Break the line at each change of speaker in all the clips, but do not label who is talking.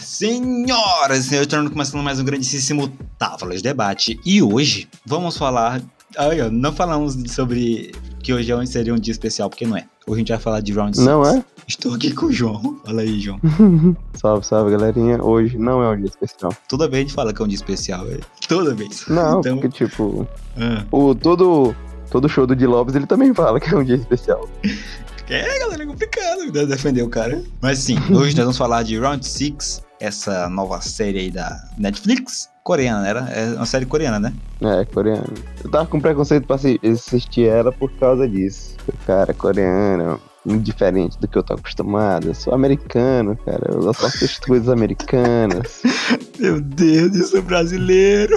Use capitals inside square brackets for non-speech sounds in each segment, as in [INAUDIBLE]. Senhoras e senhores, estamos começando mais um grandíssimo Távolas Debate. E hoje vamos falar. Ai, ó, não falamos sobre que hoje é um- seria um dia especial, porque não é. Hoje a gente vai falar de Round 6.
Não é?
Estou aqui com o João. Fala aí, João.
salve, salve, galerinha. Hoje não é um dia especial.
Toda vez a gente fala que é um dia especial, velho. Toda vez.
Não,
Então,
porque, tipo,
ah,
o, todo, todo show do Di Lopes, ele também fala que é um dia especial.
é, galera, é complicado de- defender o cara. Mas sim, hoje nós vamos falar de Round 6, essa nova série aí da Netflix. Coreana, era? É uma série coreana, né?
É, coreano. Eu tava com preconceito pra assi- assistir ela por causa disso. Cara, coreana, muito diferente do que eu tô acostumado. Eu sou americano, cara. Eu só assisto coisas [LAUGHS] americanas.
Meu Deus, eu sou brasileiro.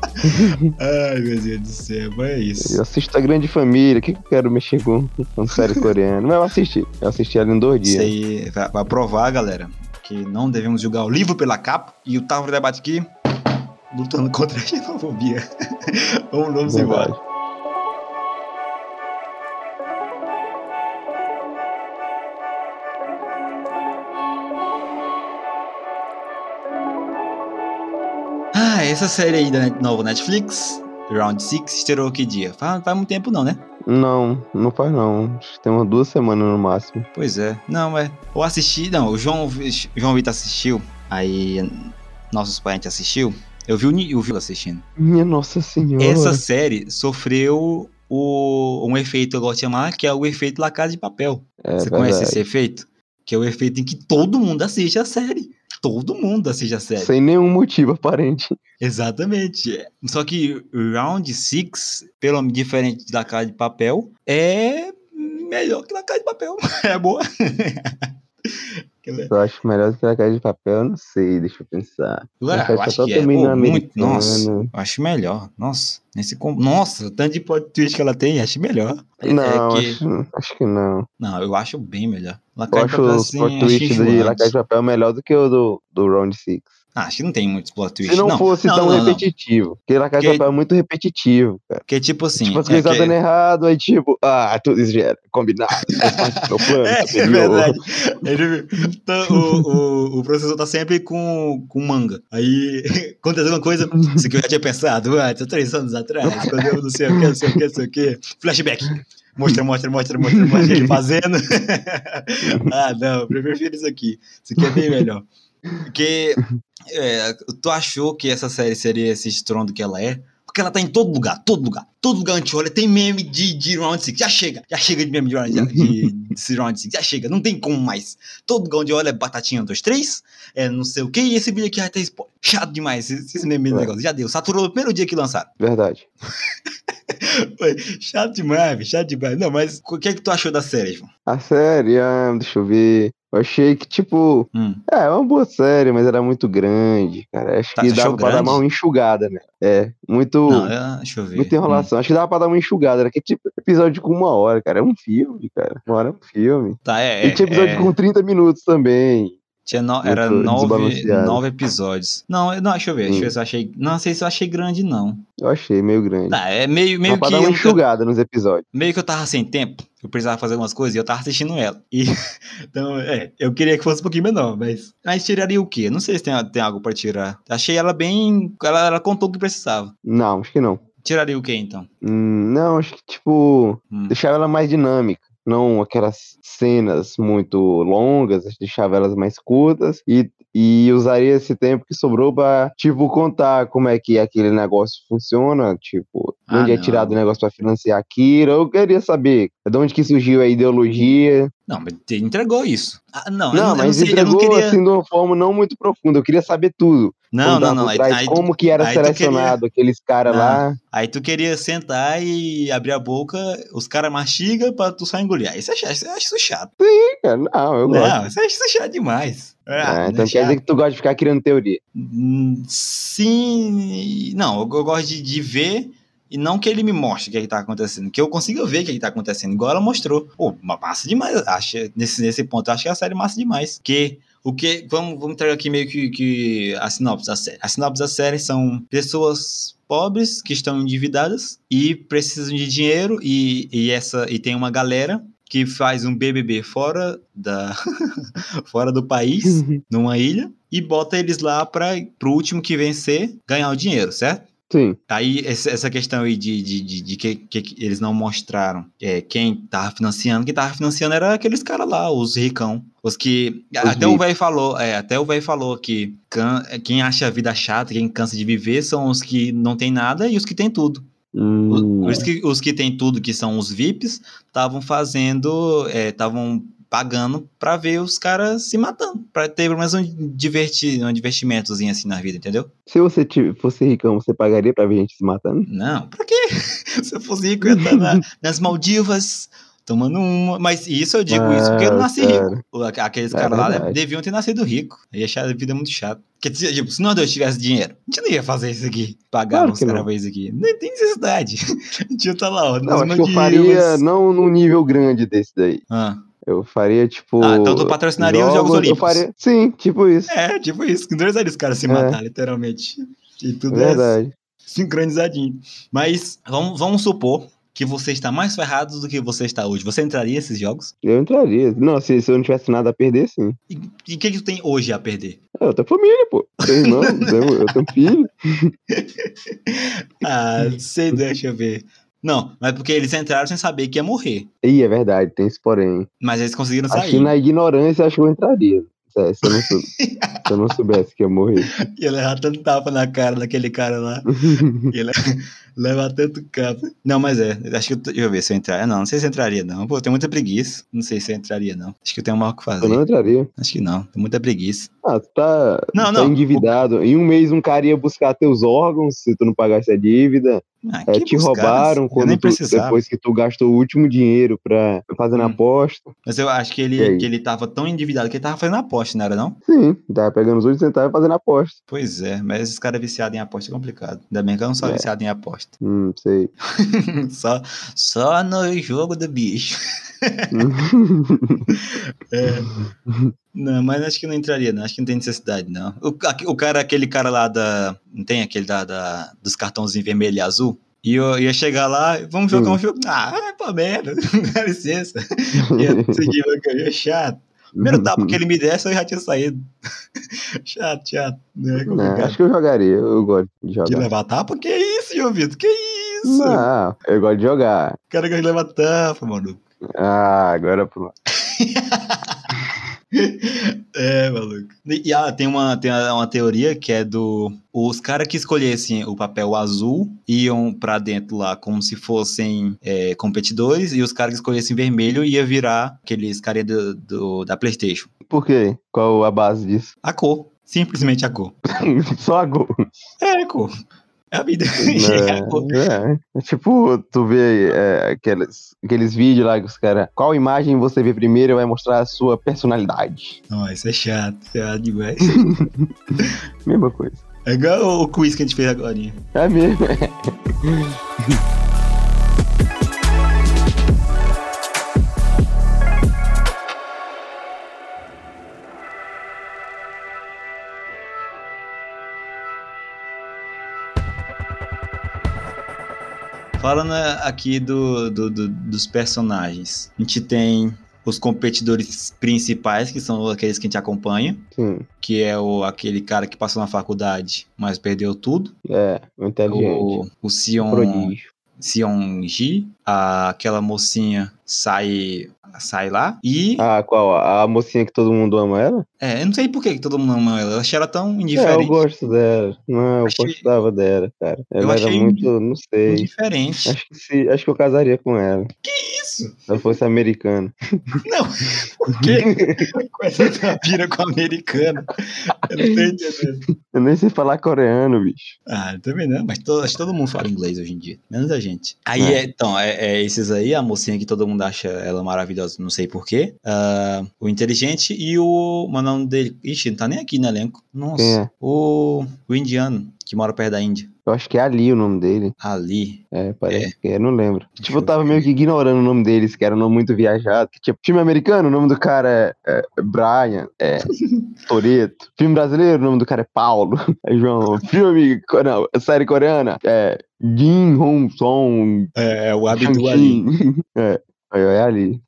[LAUGHS] Ai, meu Deus do céu, mas é
Eu
isso.
assisto a grande família. O que, que eu quero mexer com uma série coreana? Mas eu assisti. Eu assisti ela em dois
Isso
dias.
aí vai vai provar, galera, que não devemos julgar o livro pela capa e o Távora debate aqui lutando contra a xenofobia. [LAUGHS] vamos, vamos
Verdade.
embora. Ah, essa série aí da net- nova Netflix, Round 6, estourou que dia? Faz, faz muito tempo não, né?
Não, não faz não. Acho que tem umas duas semanas no máximo.
Pois é. Não, é. Eu assisti, não, o João, Vi- João Vitor assistiu, aí nossos parentes assistiu. Eu vi o Ni- eu vi o assistindo.
Minha nossa senhora.
Essa série sofreu o, um efeito que eu gosto de chamar, que é o efeito La Casa de Papel.
é,
Você
verdade.
conhece esse efeito? Que é o efeito em que todo mundo assiste a série. Todo mundo assiste a série.
Sem nenhum motivo aparente.
Exatamente. é. Só que Round 6, pelo menos diferente da Casa de Papel, é melhor que La Casa de Papel. [LAUGHS] É boa.
Eu acho melhor do que a Casa de Papel, eu não sei, deixa eu pensar.
Ué,
Mas
eu
faz
acho que é.
totalmente
Pô,
no
muito, nossa,
americano.
eu acho melhor. Nossa, nesse com... nossa, o tanto de plot twist que ela tem, acho melhor. É- é
não,
que-
acho, acho que não.
não, eu acho bem melhor. La
Eu
Casa de
acho
Papel,
os
assim,
plot
acho
twists de La
enjoante.
Casa de Papel melhor do que o do, do Round 6.
Ah, acho que não tem muitos plot
Se
twists.
não,
Não,
fosse
não,
tão
não, não.
repetitivo. Porque La Casa
Que-
de Papel é muito repetitivo, cara.
Porque, tipo assim.
tipo, as
[LAUGHS] é
coisas
que-
dando errado, aí tipo, ah, tudo isso já era
[LAUGHS]
combinado. faz parte do meu plano, tá
É, é
superior.
verdade. Ele- então, o, o, o professor tá sempre com, com manga. Aí [LAUGHS] acontece alguma coisa, isso que eu já tinha pensado antes, há três anos atrás, quando eu não sei o que, não sei o que, não sei o que. Flashback. Mostra, mostra, mostra, mostra, mostra ele fazendo. [LAUGHS] ah, não, eu prefiro isso aqui. Isso aqui é bem melhor. Porque é, tu achou que essa série seria esse estrondo que ela é? Porque ela tá em todo lugar, todo lugar. Todo lugar onde olha tem meme de, de Round 6. Já chega, já chega de meme de Round 6.
[LAUGHS]
De, de round six, já chega, não tem como mais. Todo lugar onde olha é batatinha 2, 3, é não sei o que, e esse vídeo aqui vai ter spoiler. Chato demais esses esses memes do
É.
negócio. Já deu, saturou no primeiro dia que lançaram.
Verdade.
Foi chato demais, bicho, chato demais. Não, mas o que é que tu achou da série, João?
A série, ah, deixa eu ver. Eu achei que, tipo,
Hum,
É, é uma boa série, mas era muito grande, cara. Acho
Tá,
que
você
dava
achou
pra dar uma
grande?
enxugada, né? É, muito,
não, eu- Hum. deixa eu ver.
muita enrolação. Acho que dava pra dar uma enxugada. Era aquele tipo episódio com uma hora, cara. É um filme, cara. Uma hora é um filme.
Hum, tá, é.
e
é,
tinha episódio
é,
com 30 minutos também.
tinha no- era
muito
nove,
desbalanceado.
nove episódios. Não, eu- não, deixa eu ver. Deixa eu
Hum.
ver se eu achei. Não sei se eu achei grande, não.
Eu achei meio grande.
Tá, é meio, meio
Dava pra
que.
dar uma
eu- eu-
enxugada nos episódios.
meio que eu tava sem tempo, eu precisava fazer algumas coisas e eu tava assistindo ela. E, [LAUGHS] então, é, eu queria que fosse um pouquinho menor, mas. Mas tiraria o quê? Não sei se tem, tem algo pra tirar. Achei ela bem. Ela, ela contou o que precisava.
Não, acho que não.
Tiraria o quê então?
Hum, não, acho que, tipo,
Hum.
deixava ela mais dinâmica. Não aquelas cenas muito longas, deixava elas mais curtas e, e usaria esse tempo que sobrou pra, tipo, contar como é que aquele negócio funciona, tipo, de
Ah,
onde é
não.
tirado o negócio pra financiar aquilo. Eu queria saber de onde que surgiu a ideologia.
Não, mas te- entregou isso. Ah, não, eu
não,
eu
mas
sei, eu
entregou
queria.
assim de uma forma não muito profunda. Eu queria saber tudo.
não, não,
andar
não.
por
Aí,
trás,
aí-
como que era
aí tu queria-
selecionado aqueles caras
Não.
lá.
aí tu queria sentar e abrir a boca, os caras mastigam pra tu só engolir. Aí você acha, isso eu acho isso chato.
Cara, Não, eu gosto.
Não, você acha isso chato demais.
Ah,
não
então
é
quer
chato.
dizer que tu gosta de ficar criando teoria.
Hum, Sim. Não, eu, eu gosto de, de ver e não que ele me mostre o que, é que tá acontecendo, que eu consiga ver o que, é que tá acontecendo, igual ela mostrou. Pô, ma- massa demais. Acho, nesse, nesse ponto, eu acho que a série é massa demais. Que o que. Vamos, vamos trazer aqui meio que, que a sinopse da série. A sinopse da série são pessoas pobres que estão endividadas e precisam de dinheiro e, e essa e tem uma galera [LAUGHS] que faz um BBB fora da fora do país numa ilha e bota eles lá para pro último que vencer ganhar o dinheiro, certo? Tá
Sim.
Aí esse- essa questão aí de, de, de, de que, que- que eles não mostraram é, quem tava financiando, quem tava financiando era aqueles caras lá, os ricão. Os que. até o
ricos.
velho falou, é, até o velho falou que can- quem acha a vida chata, quem cansa de viver, são os que não tem nada e os que tem tudo.
Hum,
Por isso que os que têm tudo, que são os VIPs, estavam fazendo, estavam pagando pra ver os caras se matando, pra ter pelo menos um, diverti, um divertimentozinho assim na vida, entendeu?
Se você ti- fosse ricão, você pagaria pra ver gente se matando?
Não, pra quê? [LAUGHS] Se eu fosse rico, eu ia estar
[LAUGHS]
na- nas Maldivas, tomando uma. Mas isso eu digo isso porque eu não
Ah,
nasci
cara.
rico. O- aqu- Aqueles
É
caras lá
verdade.
deviam ter nascido rico. Eu ia achar a vida muito chata. Quer dizer, tipo, se nós dois tivesse dinheiro, a gente não ia fazer isso aqui. Pagar
Claro
uns
que não.
caras pra isso aqui. Não tem necessidade. [LAUGHS] A gente ia estar lá, ó, nas
Não, acho que eu
Maldivas.
faria não num nível grande desse daí.
Ah.
Eu faria, tipo.
Ah, então tu patrocinaria os Jogos
eu
Olímpicos.
faria- Sim, tipo isso.
É, tipo isso, com dois ali os caras se
É.
matar, literalmente. E tudo é
Verdade.
sincronizadinho. Mas vamos, vamos supor que você está mais ferrado do que você está hoje. Você entraria nesses jogos?
Eu entraria. Não, se, se eu não tivesse nada a perder, sim.
E e o que, que tu tem hoje a perder?
Eu tenho família, pô. Tenho irmão,
[LAUGHS]
tenho- eu tenho filho. [LAUGHS]
Ah, sei, deixa eu ver. Não, mas porque eles entraram sem saber que ia morrer.
Ih, é verdade, tem esse porém.
Mas eles conseguiram
Acho que
sair.
na ignorância, acho que eu entraria. Se, se eu não sou- se eu não soubesse que ia morrer.
Ia levar tanto tapa na cara daquele cara lá. Ia [LAUGHS] le- levar tanto capa. Não, mas é. Acho que eu, deixa eu ver se eu entraria. Não, não sei se eu entraria, não. Pô, eu tenho muita preguiça. Não sei se eu entraria, não. Acho que eu tenho mal o que fazer.
Eu não entraria.
Acho que não, tem muita preguiça.
Ah, tu tá,
Não,
tá
não.
endividado. Em um mês, um cara ia buscar teus órgãos se tu não pagasse a dívida.
Ah,
É,
que
te
buscar,
roubaram
Eu
quando
nem
tu-
precisava.
depois que tu gastou o último dinheiro pra fazer na
Hum.
aposta.
Mas eu acho que
E
ele,
aí?
que ele tava tão endividado que ele tava fazendo aposta, não era não?
Sim, tava pegando os últimos centavos e fazendo aposta.
Pois é, mas esses caras viciados em aposta é complicado. Ainda bem que eu não sou
É.
viciado em aposta. [LAUGHS]
Hum, sei.
só, só no jogo do bicho. É. Não, mas acho que não entraria, não. Acho que não tem necessidade, não. O, aque- o cara, aquele cara lá da. Não tem aquele da, da- dos cartãozinhos vermelho e azul? E eu ia chegar lá, vamos jogar
Hum.
um jogo. Ah, é pra merda, [LAUGHS] dá licença. Ia seguir meu caminho, chato. Primeiro tapa que
[LAUGHS]
ele me desse, eu já tinha saído. [LAUGHS] chato, chato. Né?
É,
Complicado.
acho que eu jogaria, eu gosto de
De
jogar.
levar tapa? Que isso, João Vitor? Que isso? O
Não, eu gosto de jogar.
cara gosta de levar tapa, maluco.
Ah, agora pro.
É, maluco. E, e, ah, tem, uma, tem uma uma teoria que é do. Os caras que escolhessem o papel azul iam pra dentro lá como se fossem é, competidores, e os caras que escolhessem vermelho ia virar aqueles caras do, do- da PlayStation.
Por quê? Qual a base disso? [LAUGHS]
A cor. Simplesmente a cor.
Só a gol.
É a cor. É a vida. [LAUGHS] é a cor.
Né? É, é. É Tipo, tu vê é, aqueles, aqueles vídeos lá que os caras. Qual imagem você vê primeiro vai mostrar a sua personalidade.
Não, isso é chato, chato demais.
Mesma coisa.
É igual o quiz que a gente fez agora.
É mesmo.
[LAUGHS] Falando é, aqui do, do- do- dos personagens, a gente tem os competidores principais, que são aqueles que a gente acompanha,
Sim.
que é o, aquele cara que passou na faculdade, mas perdeu tudo.
É, o inteligente.
O, o Sion,
Prodígio.
Sion Ji, a- aquela mocinha sai, sai lá. E
Ah, qual? A a mocinha que todo mundo ama ela?
é, eu não sei por que que todo mundo ama ela, eu achei ela tão
É, eu
indiferente.
gosto dela. Não, eu
Achei-
gostava dela, cara.
Eu
Ela era
achei
muito. Não sei. [LAUGHS]
indiferente.
Acho que, se, acho que eu casaria com ela.
Isso!
Se eu fosse americano.
Não, por quê? Com essa pira com a americana. Eu não tô entendendo.
[LAUGHS] Eu nem sei falar coreano, bicho.
Ah, eu também não, mas to- acho que todo mundo fala inglês hoje em dia, menos a gente. Aí,
É.
é, então, é, é esses aí, a mocinha que todo mundo acha ela maravilhosa, não sei porquê. Ah, o inteligente e o. Mas o nome dele. Ixi, não tá nem aqui no elenco. Nossa.
Quem é?
O, o indiano, que mora perto da Índia.
Eu acho que é Ali o nome dele.
Ali.
É, parece que é, não lembro. Tipo, eu tava meio que ignorando o nome deles, que era um nome muito viajado. Que, tipo, time americano, o nome do cara é, é Brian,
[LAUGHS]
é Toreto. Filme brasileiro, o nome do cara é Paulo. [LAUGHS] Aí, João, filme, co- não, série coreana, é Jin Hong Song
É, é o Abdu Ali.
Shang-Chi. [LAUGHS] É, Aí é ali.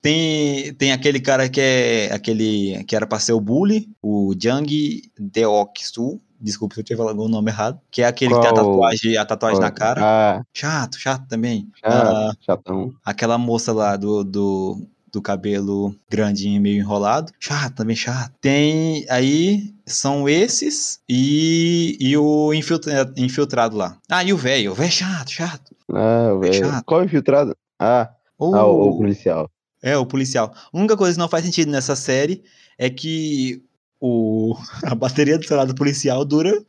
Tem, tem aquele cara que é aquele que era pra ser o bully, o Jang Deoksu. Desculpa se eu tiver falado o nome errado. Que é aquele que tem a
Qual?
tatuagem, a tatuagem na cara.
Ah,
Chato, chato também.
ah,
Ah,
chatão.
aquela moça lá do, do, do cabelo grandinho e meio enrolado. Chato, também chato. Tem aí, são esses e, e o infiltra- infiltrado lá. Ah, e o velho. O velho é chato, chato.
Ah,
É chato. Uh.
velho. Qual infiltrado? Ah,
Ou-
ah, o, o policial.
é, o policial. A única coisa que não faz sentido nessa série é que o, [LAUGHS] a bateria do celular do policial dura,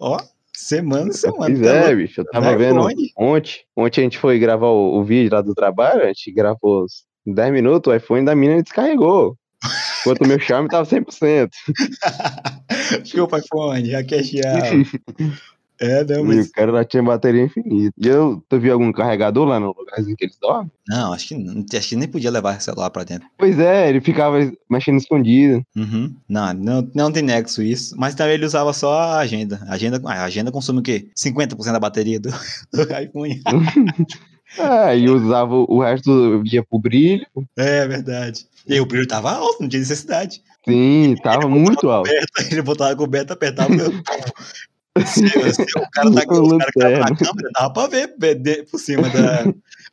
ó, semana, semana.
Pois
tá
é,
louco?
bicho, eu tava
Vai,
vendo
Clone.
ontem. Ontem a gente foi gravar o, o vídeo lá do trabalho, a gente gravou os 10 minutos, o iPhone da mina descarregou. Enquanto o meu charme tava 100%.
Chupa iPhone, aqui
[LAUGHS]
é chiado. É, não,
E
mas...
o cara lá tinha bateria infinita. E eu, tu viu algum carregador lá no lugarzinho que eles dormem?
Não, acho que, não- acho que nem podia levar o celular pra dentro.
Pois é, ele ficava mexendo escondido.
Uhum. Não, não, não tem nexo isso. Mas também ele usava só a agenda. A agenda, ah, a agenda consome o quê? 50% da bateria do, [LAUGHS] do iPhone.
Ah, e usava o o resto, ia pro brilho.
É verdade. E o brilho tava alto, não tinha necessidade. [LAUGHS]
Sim, tava muito alto. é
Ele botava a coberta, apertava. meu- [LAUGHS] Se, se o cara tá com o cara que tava na câmera, dava pra ver pe- de- por cima da,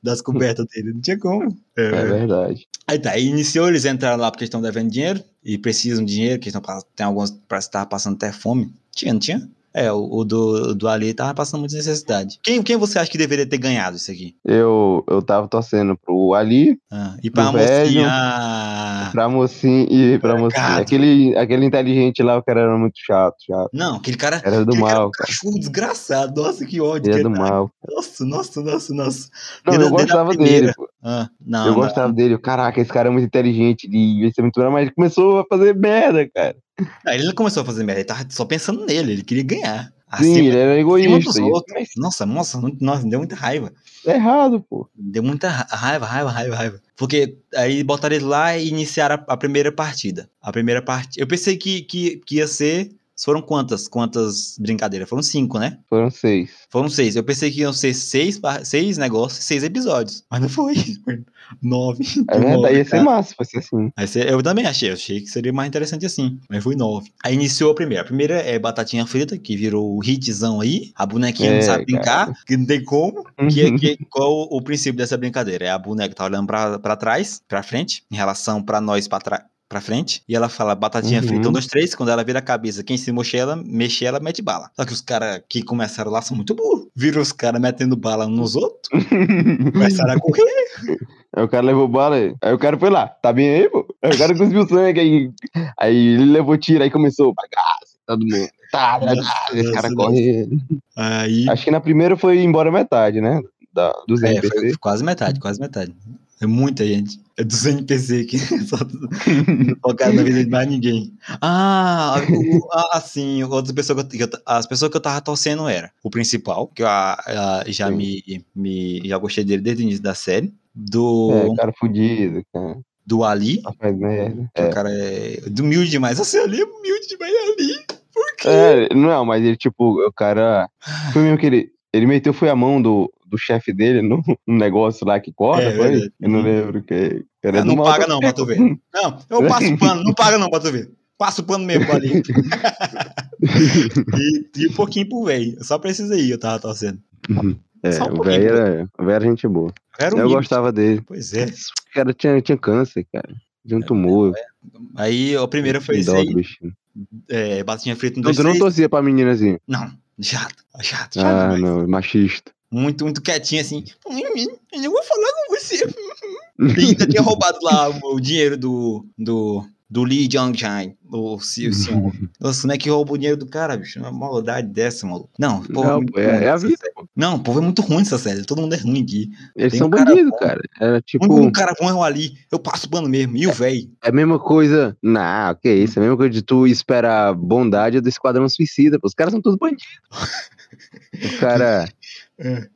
das cobertas dele. Não tinha como. É,
É verdade.
Aí tá, aí iniciou, eles entraram lá porque eles estão devendo dinheiro e precisam de dinheiro, que eles estão tem alguns para estar passando até fome. Tinha, não tinha? É, o, o do, o do Ali tava passando muita necessidade. Quem, quem você acha que deveria ter ganhado isso aqui?
Eu, eu tava torcendo pro Ali,
Ah, e pra
Do velho.
mocinha. ah,
pra mocinha e pra mocinha.
Gato.
Aquele, aquele inteligente lá, o cara era muito chato, chato.
Não, aquele cara.
Era [LAUGHS] do
aquele cara é um
mal, cara.
cachorro desgraçado. Nossa, que ódio.
Ele é
que
do
ele-
mal.
Nossa, nossa, nossa, nossa.
Não,
Desde- desde
eu
a
gostava
primeira.
dele. pô.
Ah, não,
Eu
não.
gostava dele. Caraca, esse cara é muito inteligente. Ele ia ser muito bom, mas ele começou a fazer merda, cara.
Não, Ah, Ele não começou a fazer merda, ele tava só pensando nele, ele queria ganhar.
Sim,
Acima-
ele era
acima dos
egoísta. e-
outros.
Mas
Nossa, nossa, nossa, deu muita raiva.
é errado, pô.
Deu muita ra- raiva, raiva, raiva, raiva. Porque aí botaram ele lá e iniciaram a, a primeira partida. A primeira partida. Eu pensei que, que, que ia ser. Foram quantas? Quantas brincadeiras? Foram cinco, né?
Foram seis.
Foram seis. Eu pensei que iam ser seis, par- seis negócios, seis episódios. Mas não foi. [LAUGHS] Foi Nove.
É verdade,
Nove,
ia ser
né, cara.
massa, se fosse assim.
Aí cê- eu também achei, eu achei que seria mais interessante assim. Mas foi nove. Aí iniciou a primeira. A primeira é Batatinha Frita, que virou o hitzão aí. A bonequinha não
É,
sabe brincar, que não tem como. Que
Uhum.
é, que, qual o, o princípio dessa brincadeira? É a boneca tá olhando pra, pra trás, pra frente, em relação pra nós pra trás. Pra frente, e ela fala batatinha
Uhum.
frita, um, dois, três. Quando ela vira a cabeça, quem se mexer, ela mexe, ela mete bala. Só que os caras que começaram lá são muito burros. Viram os caras metendo bala uns nos outros, começaram a correr.
Aí o cara levou bala, aí o cara foi lá, tá bem aí, pô? Aí o cara cuspiu sangue, aí, aí ele levou tiro, aí começou bagaço, todo mundo. Tá, bagaço, esse cara
nossa,
correndo.
Aí,
Acho que na primeira foi embora metade, né? Da, dos
é,
NPC.
foi quase metade, quase metade. É muita gente. É dos NPC aqui, [LAUGHS] só não focaram na vida de mais ninguém. Ah, o- ah, sim, outra pessoa que eu, que eu ta- as pessoas que eu tava torcendo era o principal, que eu ah, ah, já
Sim.
me, me já gostei dele desde o início da série,
É,
do,
cara fudido, cara.
do Ali,
Só faz merda.
que o cara é humilde demais, assim, ali é humilde demais, Ali.
É, não, mas ele, tipo, o cara. Foi mesmo que ele. Ele meteu foi a mão do, do chefe dele no, [LAUGHS] no negócio lá que corta,
É,
foi?
verdade.
Eu não
Uhum.
lembro. Que, que era
Ah,
do
não
mal tá?
paga
também.
não, pra tu ver. Não, eu passo
[LAUGHS]
o pano, não paga não, pra tu ver. Passa o pano mesmo, Ali. e, e um pouquinho pro velho, só pra esses aí eu tava torcendo.
É,
Só um
o
pouquinho,
velho era, o velho era gente boa.
Era um
Eu
humilde.
gostava dele.
Pois é.
O cara tinha, tinha câncer, cara. De um tumor. um
Aí a primeira foi
Que
esse
dó do
aí,
bichinho.
é, batinha frita no
Então,
dois,
tu não
três.
torcia pra menina assim.
Não, chato, chato, chato.
Ah,
é demais.
não, machista.
Muito, muito quietinho assim. Eu não vou falar com você. [LAUGHS] E ainda tinha roubado lá o dinheiro do, do, do Lee Jong-jai,
[LAUGHS]
o si- o senhor. Nossa, como é que rouba o dinheiro do cara, bicho? Uma maldade dessa, maluco. Não, pô,
Não,
muito
pô, é-
ruim
é a
essa
vida,
série. Não, o povo é muito ruim essa série. Todo mundo é ruim aqui.
Eles
Tem
são
um cara
bandidos,
bom.
cara. Era
O único
tipo,
cara bom é o Ali. Eu passo o pano mesmo. E o velho?
é a mesma coisa. Não, que isso, é a mesma coisa de tu esperar a bondade do Esquadrão Suicida. pô. Os caras são todos bandidos. O
[LAUGHS]
cara,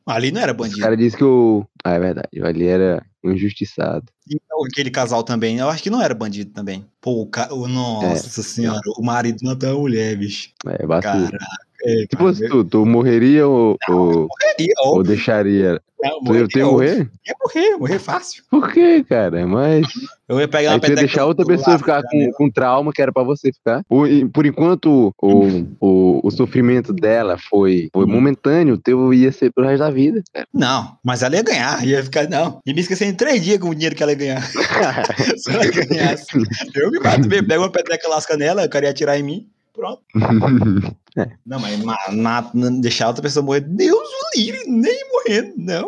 O Ali não era
É. os
bandido.
cara disse que o. Ah, é verdade, o Ali era um injustiçado.
E aquele casal também, eu acho que não era bandido também. Pô, o ca... o- nossa senhora, o marido matou a mulher, bicho.
É, bateu.
Caraca. É,
Tipo
cara,
assim, tu, tu morreria ou, ou,
morreria,
ou
óbvio.
deixaria?
Não,
Tu ia ter que
morreria, óbvio.
morrer?
Ia morrer, morrer fácil.
Por quê, cara? Mas
Eu ia pegar
aí
uma
tu ia
peteca
deixar
do-
outra
do
pessoa
lado, né?
ficar
cara.
com, com trauma que era pra você ficar. Por, e por enquanto o, o, o sofrimento dela foi,
Hum.
foi momentâneo, o teu ia ser pro resto
[LAUGHS]
da vida.
Não, mas ela ia ganhar, ia ficar, não. E me esquecer em três dias com o dinheiro que ela ia ganhar. Se ela ganhasse, eu me mato mesmo. Pego uma peteca, lasca nela, o cara ia atirar em mim, pronto. Não, mas ma- ma- deixar outra pessoa morrer, Deus o livre, nem morrendo, não.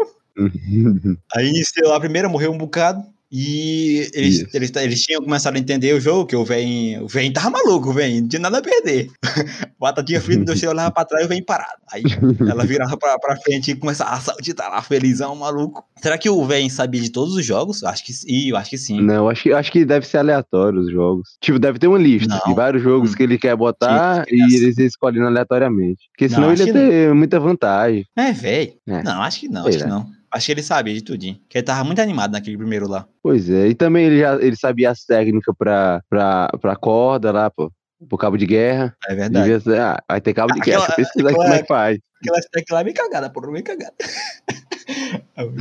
Aí, sei lá, primeiro morreu um bocado. E eles,
Isso.
eles, eles tinham começado a entender o jogo, que o Vem. O Vem tava maluco, o Vem, não tinha nada a perder. [LAUGHS] Batatinha frita, você olhava pra trás e o Vem parado. Aí ela virava pra, pra frente e começava a saltitar lá, felizão, maluco. Será que o Vem sabia de todos os jogos? Acho que sim, eu acho que sim.
Não, acho que, acho que deve ser aleatório os jogos. Tipo, deve ter uma lista
Não.
de vários jogos que ele quer botar
Sim, sim.
e eles escolhendo aleatoriamente. Porque senão
Não,
ele ia
acho que
ter muita vantagem.
É, velho.
É.
Não, acho que não,
Sei
acho que
lá.
não. Acho que ele sabia de tudinho. Porque ele tava muito animado naquele primeiro lá.
Pois é. E também ele, já, ele sabia as técnicas pra, pra, pra corda lá, pô. Pro cabo de guerra.
É verdade.
Devia ser, ah, vai ter cabo de guerra.
Aquela-
Deixa eu pesquisar aqui como é que faz.
Aquela hashtag lá é bem cagada, porra, bem cagada. [LAUGHS]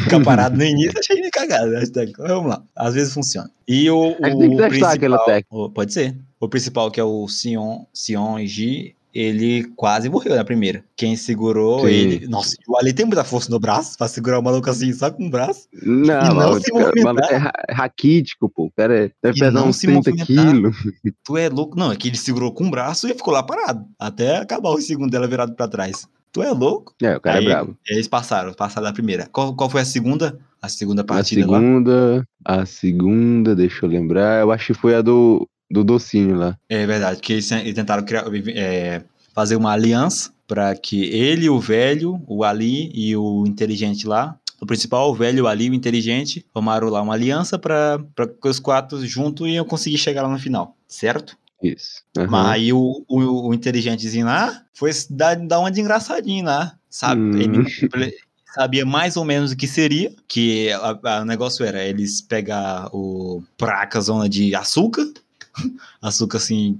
Ficar parado no início, achei bem cagada a hashtag. Mas Vamos lá, às vezes funciona. E o,
A gente tem que
o
testar aquela
principal-
técnica.
o- pode ser. O principal, que é o Sion, Sion G, ele quase morreu na primeira. Quem segurou
Sim.
ele... Nossa, o Ali tem muita força no braço, pra segurar o maluco assim, só com o braço.
Não,
não
maluco,
se
cara, o maluco
movimentar.
é ra- raquítico, pô. Pera aí. Deve
E
pesar
não
uns
se
30
movimentar.
quilos.
Tu é louco? Não, é que ele segurou com o braço e ficou lá parado. Até acabar o segundo dela virado pra trás. Tu é louco?
É, o cara
Aí,
é brabo.
Eles passaram, passaram da primeira. Qual, qual foi a segunda? A segunda
A
partida lá?
segunda, a segunda, deixa eu lembrar. Eu acho que foi a do, do docinho lá.
É verdade, que eles eles tentaram criar, é, fazer uma aliança para que ele, o velho, o Ali e o inteligente lá, o principal, o velho, o Ali e o inteligente, formaram lá uma aliança para que os quatro juntos iam conseguir chegar lá no final, certo?
Isso. Aham.
Mas aí o, o, o inteligentezinho lá foi se dar, dar uma de engraçadinho lá, sabe?
Hum.
Ele ple- sabia mais ou menos o que seria, que a- a- o negócio era eles pegar o praca zona de açúcar, [LAUGHS] açúcar assim,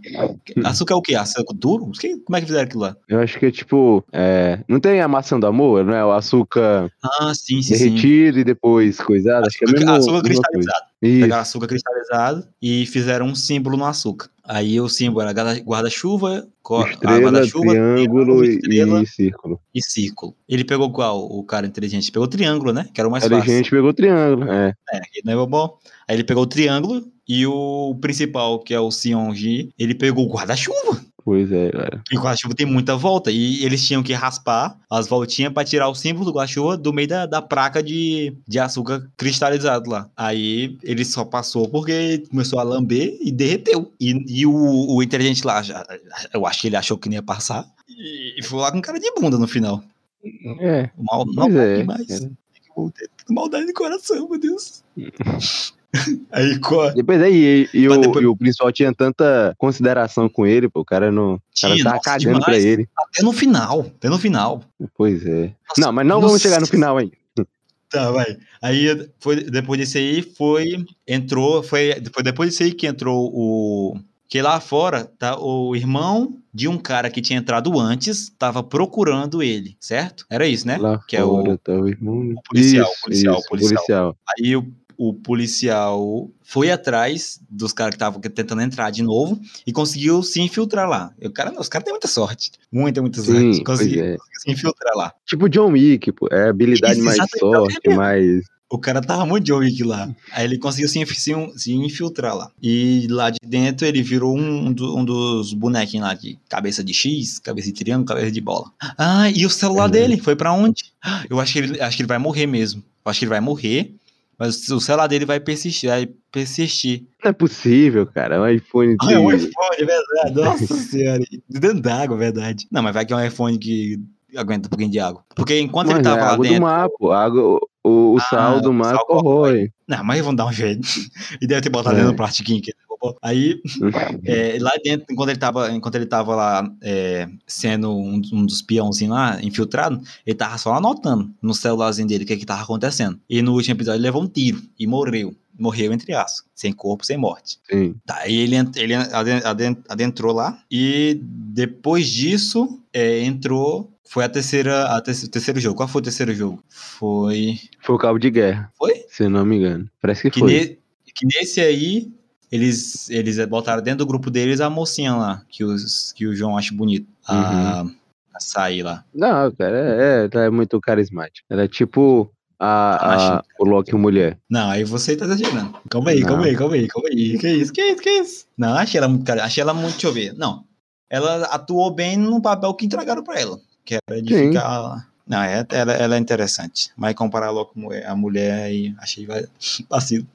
Hum.
açúcar é o quê? Açúcar duro? Que- Como é que fizeram aquilo lá?
Eu acho que é tipo. é, não tem a maçã do amor, não é? O açúcar
Ah, sim, sim, sim.
derretido e depois coisado. Acho que é
Açúcar-
mesmo.
açúcar
mesma coisa.
cristalizado.
Isso.
Pegaram açúcar cristalizado e fizeram um símbolo no açúcar. Aí o símbolo era guarda- guarda-chuva, co- ah,
Estrela, triângulo e-
estrela
e círculo.
e círculo. Ele pegou qual, o cara inteligente? Pegou o triângulo, né? Que era o mais
Aí a
fácil.
gente pegou o triângulo. É.
É, que não é bom. Aí ele pegou o triângulo e o principal, que é o Sion Ji, ele pegou o guarda-chuva.
Pois é, galera.
E o guarda-chuva tem muita volta. E eles tinham que raspar as voltinhas pra tirar o símbolo do guarda-chuva do meio da, da placa de, de açúcar cristalizado lá. Aí ele só passou porque começou a lamber e derreteu. E, e o, o inteligente lá, já- eu acho que ele achou que não ia passar. E, e foi lá com cara de bunda no final.
É.
Mal, mal
Pois é.
demais.
cara.
Maldade do coração, meu
[LAUGHS]
Deus. Aí co-
Depois aí, e, e
Mas
o,
depois-
e o principal tinha tanta consideração com ele, pô. O cara não. O cara
Tinha,
tava
nossa,
cagando pra
demais.
ele.
até no final, até no final.
Pois é.
Nossa,
não, mas não
nossa.
vamos chegar no final ainda.
Tá, vai. Aí foi, depois disso aí foi entrou, foi, foi depois disso aí que entrou o que lá fora, tá, o irmão de um cara que tinha entrado antes, tava procurando ele, certo? Era isso, né?
Lá
que
fora,
é o
tá o irmão.
policial,
Isso,
policial,
isso,
policial.
policial.
Aí o, o policial foi atrás dos caras que estavam tentando entrar de novo e conseguiu se infiltrar lá. E o cara, os caras têm muita sorte. Muita, muita
Sim,
sorte.
pois
Conseguiu
é.
se infiltrar lá.
Tipo John Wick, pô. É habilidade
Isso,
mais
exatamente,
sorte,
é mesmo.
mais.
O cara tava muito John Wick lá. Aí ele conseguiu se, inf- se in- se infiltrar lá. E lá de dentro ele virou um, do- um dos bonequinhos lá de cabeça de X, cabeça de triângulo, cabeça de bola. Ah, e o celular
Uhum.
dele foi pra onde? Eu acho que, ele, acho que ele vai morrer mesmo. Eu acho que ele vai morrer, mas o celular dele vai persistir. Vai persistir.
Não é possível, cara. É um iPhone
Ah, é um
de.
iPhone, é
[LAUGHS]
verdade. Nossa senhora. e Dentro d'água, é verdade. Não, mas vai que é um iPhone que aguenta um pouquinho de água. Porque enquanto
Mas
ele
é
tava lá
água
dentro. Ah,
do mar, pô. Água, o, o sal do
o
mar
sal
corrói.
Não, mas vão dar um jeito. [LAUGHS] e deve ter botado
É.
dentro do plastiquinho que ele roubou. Aí, [LAUGHS] é, lá dentro, enquanto ele tava, enquanto ele tava lá é, sendo um, um dos peãozinhos lá, infiltrado, ele tava só anotando no celularzinho dele o que que tava acontecendo. E no último episódio ele levou um tiro e morreu. Morreu entre aspas. Sem corpo, sem morte.
Sim.
Tá, aí ele, ent- ele aden- aden- adentrou lá e depois disso é, entrou. Foi a terceira, a terceira, o terceiro jogo. Qual foi o terceiro jogo? Foi.
Foi o Cabo de Guerra.
Foi?
Se eu não me engano. Parece que,
Que,
foi.
ne- que nesse aí, eles, eles botaram dentro do grupo deles a mocinha lá, que, os, que o João acha bonito. A,
Uhum.
a Sai lá.
Não, cara, é, é, ela é muito carismática. Ela é tipo
Ah,
a, a,
Acho.
o Loki mulher.
Não, aí você tá exagerando. Calma aí,
Não.
calma aí, calma aí, calma aí. Que isso, que isso, que isso? Não, achei ela muito cara. Achei ela muito, deixa eu ver. Não. Ela atuou bem no papel que entregaram pra ela. Que era de
Sim.
ficar. Não, é, ela, ela é interessante. Mas comparar logo com a mulher aí, achei vai- vacilo.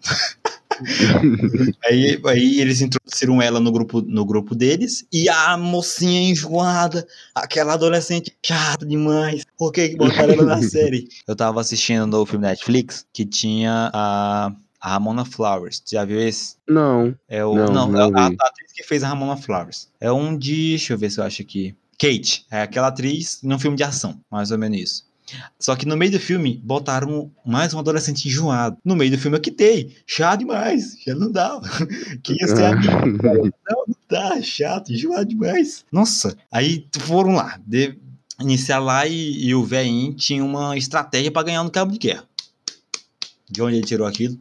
aí, aí eles introduziram ela no grupo, no grupo deles. E a mocinha enjoada, aquela adolescente chata demais. Por que que botaram ela na série? Eu tava assistindo no filme Netflix que tinha a, a Ramona Flowers. Tu já viu esse?
Não.
É o,
Não,
não,
não
é a,
vi.
a atriz que fez a Ramona Flowers. É um de. Deixa eu ver se eu acho aqui. Kate. É aquela atriz num filme de ação. Mais ou menos isso. Só que no meio do filme, botaram mais um adolescente enjoado. No meio do filme eu quitei. Chato demais. Já não dava. [LAUGHS] Que ia ser é a minha. Tá chato, enjoado demais. Nossa, aí foram lá, de, iniciar lá e, e o velhinho tinha uma estratégia pra ganhar no cabo de guerra. De onde ele tirou aquilo?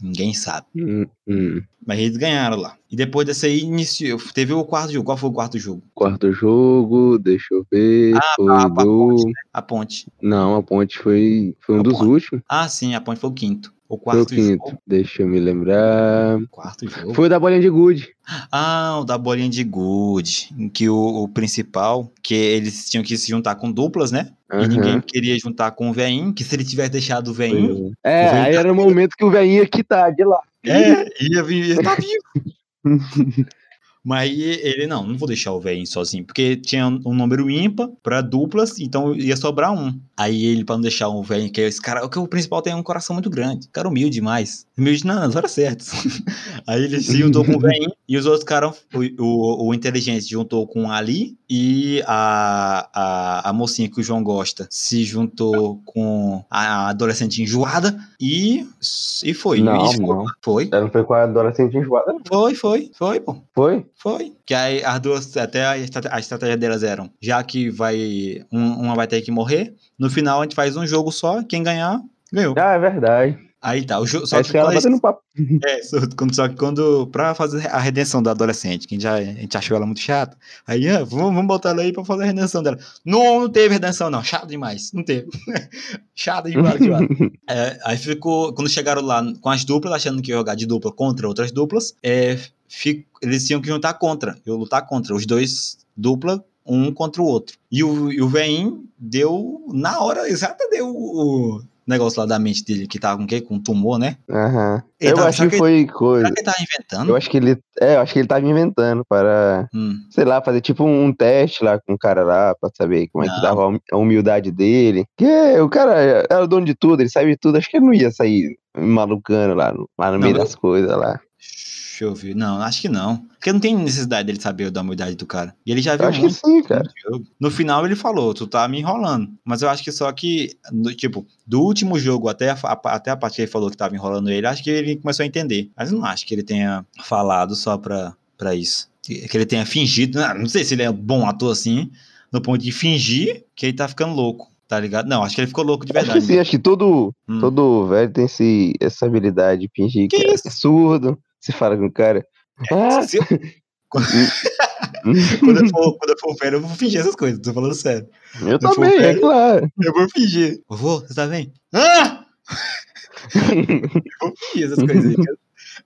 Ninguém sabe.
[LAUGHS] Hum, hum.
Mas eles ganharam lá. E depois dessa aí, iniciou, teve o quarto jogo. Qual foi o quarto jogo?
Quarto jogo, deixa eu ver.
Ah,
foi
a- a
o do...
A ponte.
Não, a ponte foi, foi um
A
dos
ponte.
últimos.
Ah, sim, a ponte foi o quinto. O
Foi o
quarto
quinto.
jogo.
Deixa eu me lembrar.
Quarto jogo.
Foi o da bolinha de gude.
Ah, o da bolinha de good. Em que o, o principal, que eles tinham que se juntar com duplas, né? E ninguém um?
Aham.
queria juntar com o veinho, que se ele tivesse deixado o veinho,
Foi. É,
Vem
aí era o momento que o velhinho ia quitar de lá.
É, ia vir, ia tá vivo. [LAUGHS] Mas aí ele, não, não vou deixar o velhinho sozinho, porque tinha um número ímpar pra duplas, então ia sobrar um. Aí ele, pra não deixar o velhinho, que é esse cara, que o principal tem um coração muito grande, cara humilde demais. Humilde na- nas horas certas. [LAUGHS] Aí ele se juntou com o velhinho, e os outros caras, o, o, o inteligente se juntou com a Ali, e a, a, a mocinha que o João gosta se juntou com a adolescente enjoada, e, e foi.
Não,
E foi,
não.
foi.
Ela não foi com a adolescente enjoada, não.
Foi, foi, foi, pô.
Foi?
Foi. Que aí as duas, até a, estrate- a estratégia delas eram, já que vai. um- uma vai ter que morrer, no final a gente faz um jogo só, quem ganhar, ganhou.
Ah, é verdade.
Aí tá, o jogo. Só
Só
que
que ela
quando,
batendo papo.
é, só, quando- só que quando. Pra fazer a redenção da adolescente, que a gente, já, a gente achou ela muito chata. Aí, ah, vamos, vamos botar ela aí pra fazer a redenção dela. Não, não teve redenção, não. Chato demais. Não teve. [LAUGHS] Chato demais, demais. É, aí ficou. Quando chegaram lá com as duplas, achando que ia jogar de dupla contra outras duplas, é, fi- eles tinham que juntar contra. Eu lutar contra. Os dois dupla, um contra o outro. E o, e o Vein deu. Na hora exata deu o negócio lá da mente dele, que tava com o quê? Com tumor, né?
Aham.
Ele
Eu
tava- Tá
acho
será
que,
que-
foi coisa.
Será que ele tava inventando?
Eu acho que ele. É, eu acho que ele tava inventando para,
Hum.
sei lá, fazer tipo um teste lá com o cara lá, pra saber como é
Não.
que dava a hum- a humildade dele. Porque o cara era o dono de tudo, ele sabia de tudo. Acho que ele não ia sair malucando lá no, lá no
Não,
meio
eu-
das coisas lá.
Deixa eu ver. Não, acho que não. Porque não tem necessidade dele saber da humildade do cara. E ele já
Eu
viu
acho que
muito
sim, cara.
no jogo. No final ele falou, tu tá me enrolando. Mas eu acho que só que, no- tipo, do último jogo até a, fa- a- até a parte que ele falou que tava enrolando ele, acho que ele começou a entender. Mas eu não acho que ele tenha falado só pra, pra isso. Que que ele tenha fingido. né? Não sei se ele é um bom ator assim, no ponto de fingir que ele tá ficando louco. Tá ligado? Não, acho que ele ficou louco de
Acho que
verdade. né?
sim, acho que todo,
Hum.
todo velho tem esse, essa habilidade de fingir que,
Que
é
isso? É,
surdo. Você fala com o cara.
[LAUGHS]
Ah, hum,
Se- Quando eu, for, quando eu for velho, eu vou fingir essas coisas, tô falando sério.
eu
for
também, é
velho-
claro.
Eu vou fingir. Vovô, você tá bem? [LAUGHS] Ah! eu vou fingir essas coisas aí. cara.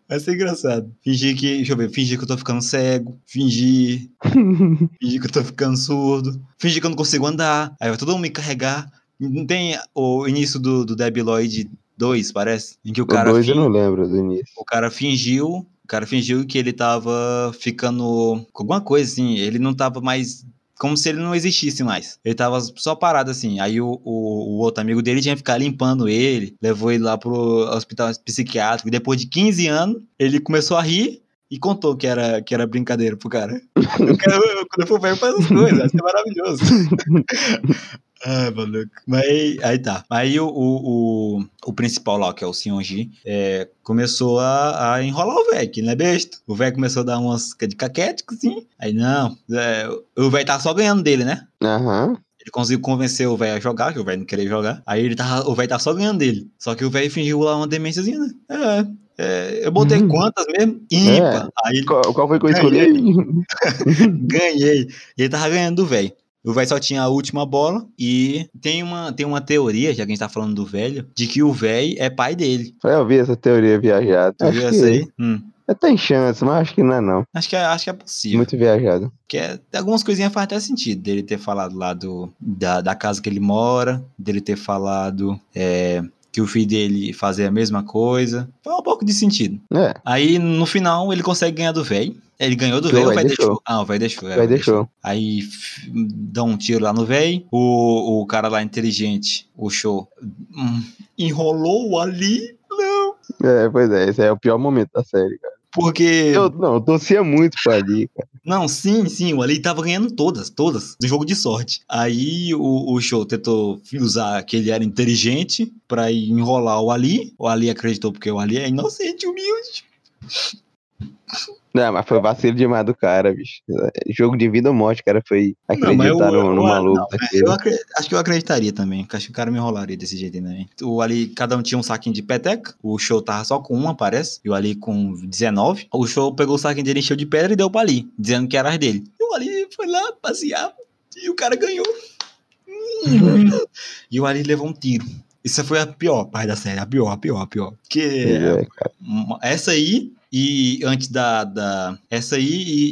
Vai ser engraçado. Fingir que. Deixa eu ver. Fingir que eu tô ficando cego. Fingir. [LAUGHS] Fingir que eu tô ficando surdo. Fingir que eu não consigo andar. Aí vai todo mundo me carregar. Não tem o início do, do Debiloid 2, parece? Em que o
O
cara.
dois
fin-
eu não lembro do início.
o cara fingiu, o cara fingiu que ele tava ficando com alguma coisa assim, ele não tava mais como se ele não existisse mais. Ele tava só parado assim. Aí o, o, o outro amigo dele tinha que ficar limpando ele, levou ele lá pro hospital psiquiátrico. E depois de 15 anos, ele começou a rir e contou que era, que era brincadeira pro cara. Eu quero, eu- quando eu for velho, faz essas coisas, vai ser maravilhoso. [LAUGHS] Ah, maluco. Mas aí tá. Aí o, o, o, o principal lá, que é o Sionji, é, começou a, a enrolar o velho, que não é besta. O velho começou a dar umas é de caquético, sim. Aí não, é, o velho tá só ganhando dele, né?
Aham.
Ele conseguiu convencer o velho a jogar, que o velho não queria jogar. Aí ele tava, o velho tava só ganhando dele. Só que o velho fingiu lá uma demênciazinha, né? É. É, eu botei
Hum.
quantas mesmo?
É.
Ímpar. Aí ele
Qual, qual foi que eu
Ganhei.
[LAUGHS] escolhi?
[LAUGHS] Ganhei. Ele tava ganhando do velho. O velho só tinha a última bola e tem uma, tem uma teoria, já que a gente tá falando do velho, de que o velho é pai dele.
Eu vi essa teoria viajada.
Tu
acho
viu
que
essa aí? Hum.
é, Tem chance, mas acho que não é não.
Acho que é, acho que é possível.
Muito viajado.
Porque é- algumas coisinhas faz até sentido. Dele ter falado lá do, da, da casa que ele mora, dele ter falado é, que o filho dele fazia a mesma coisa. Faz um pouco de sentido.
É,
Aí, no final, ele consegue ganhar do velho. Ele ganhou do
Que o
velho, o
véi
velho
deixou.
deixou. Ah, o velho deixou. é, o
vai
véi
deixou.
Aí f- dá um tiro lá no véi. O, o cara lá inteligente, o show, hum, enrolou ali. Não.
É, pois é, esse é o pior momento da série, cara.
Porque.
Eu, não, eu torcia muito pra ali, cara.
Não, sim, sim, o Ali tava ganhando todas, todas, do jogo de sorte. Aí o, o show tentou usar que ele era inteligente pra enrolar o Ali. O Ali acreditou porque o Ali é inocente, humilde.
Não, mas foi vacilo demais do cara, bicho. É, Jogo de vida ou morte, cara, foi
Não, mas eu-
acreditar no, no
eu-
maluco
não,
daquele.
Eu acre- acho que eu acreditaria também. que Acho que o cara me enrolaria desse jeito aí também. O Ali, cada um tinha um saquinho de peteca. O show tava só com uma, parece. E o Ali com 19. O show pegou o saquinho dele, encheu de pedra e deu pra Ali, dizendo que era as dele. E o Ali foi lá passear e o cara ganhou.
Uhum.
[LAUGHS] e o Ali levou um tiro. Isso foi a pior parte da série, a pior, a pior, a pior. Que
Pois é, cara.
uma- Essa aí e antes da. da essa aí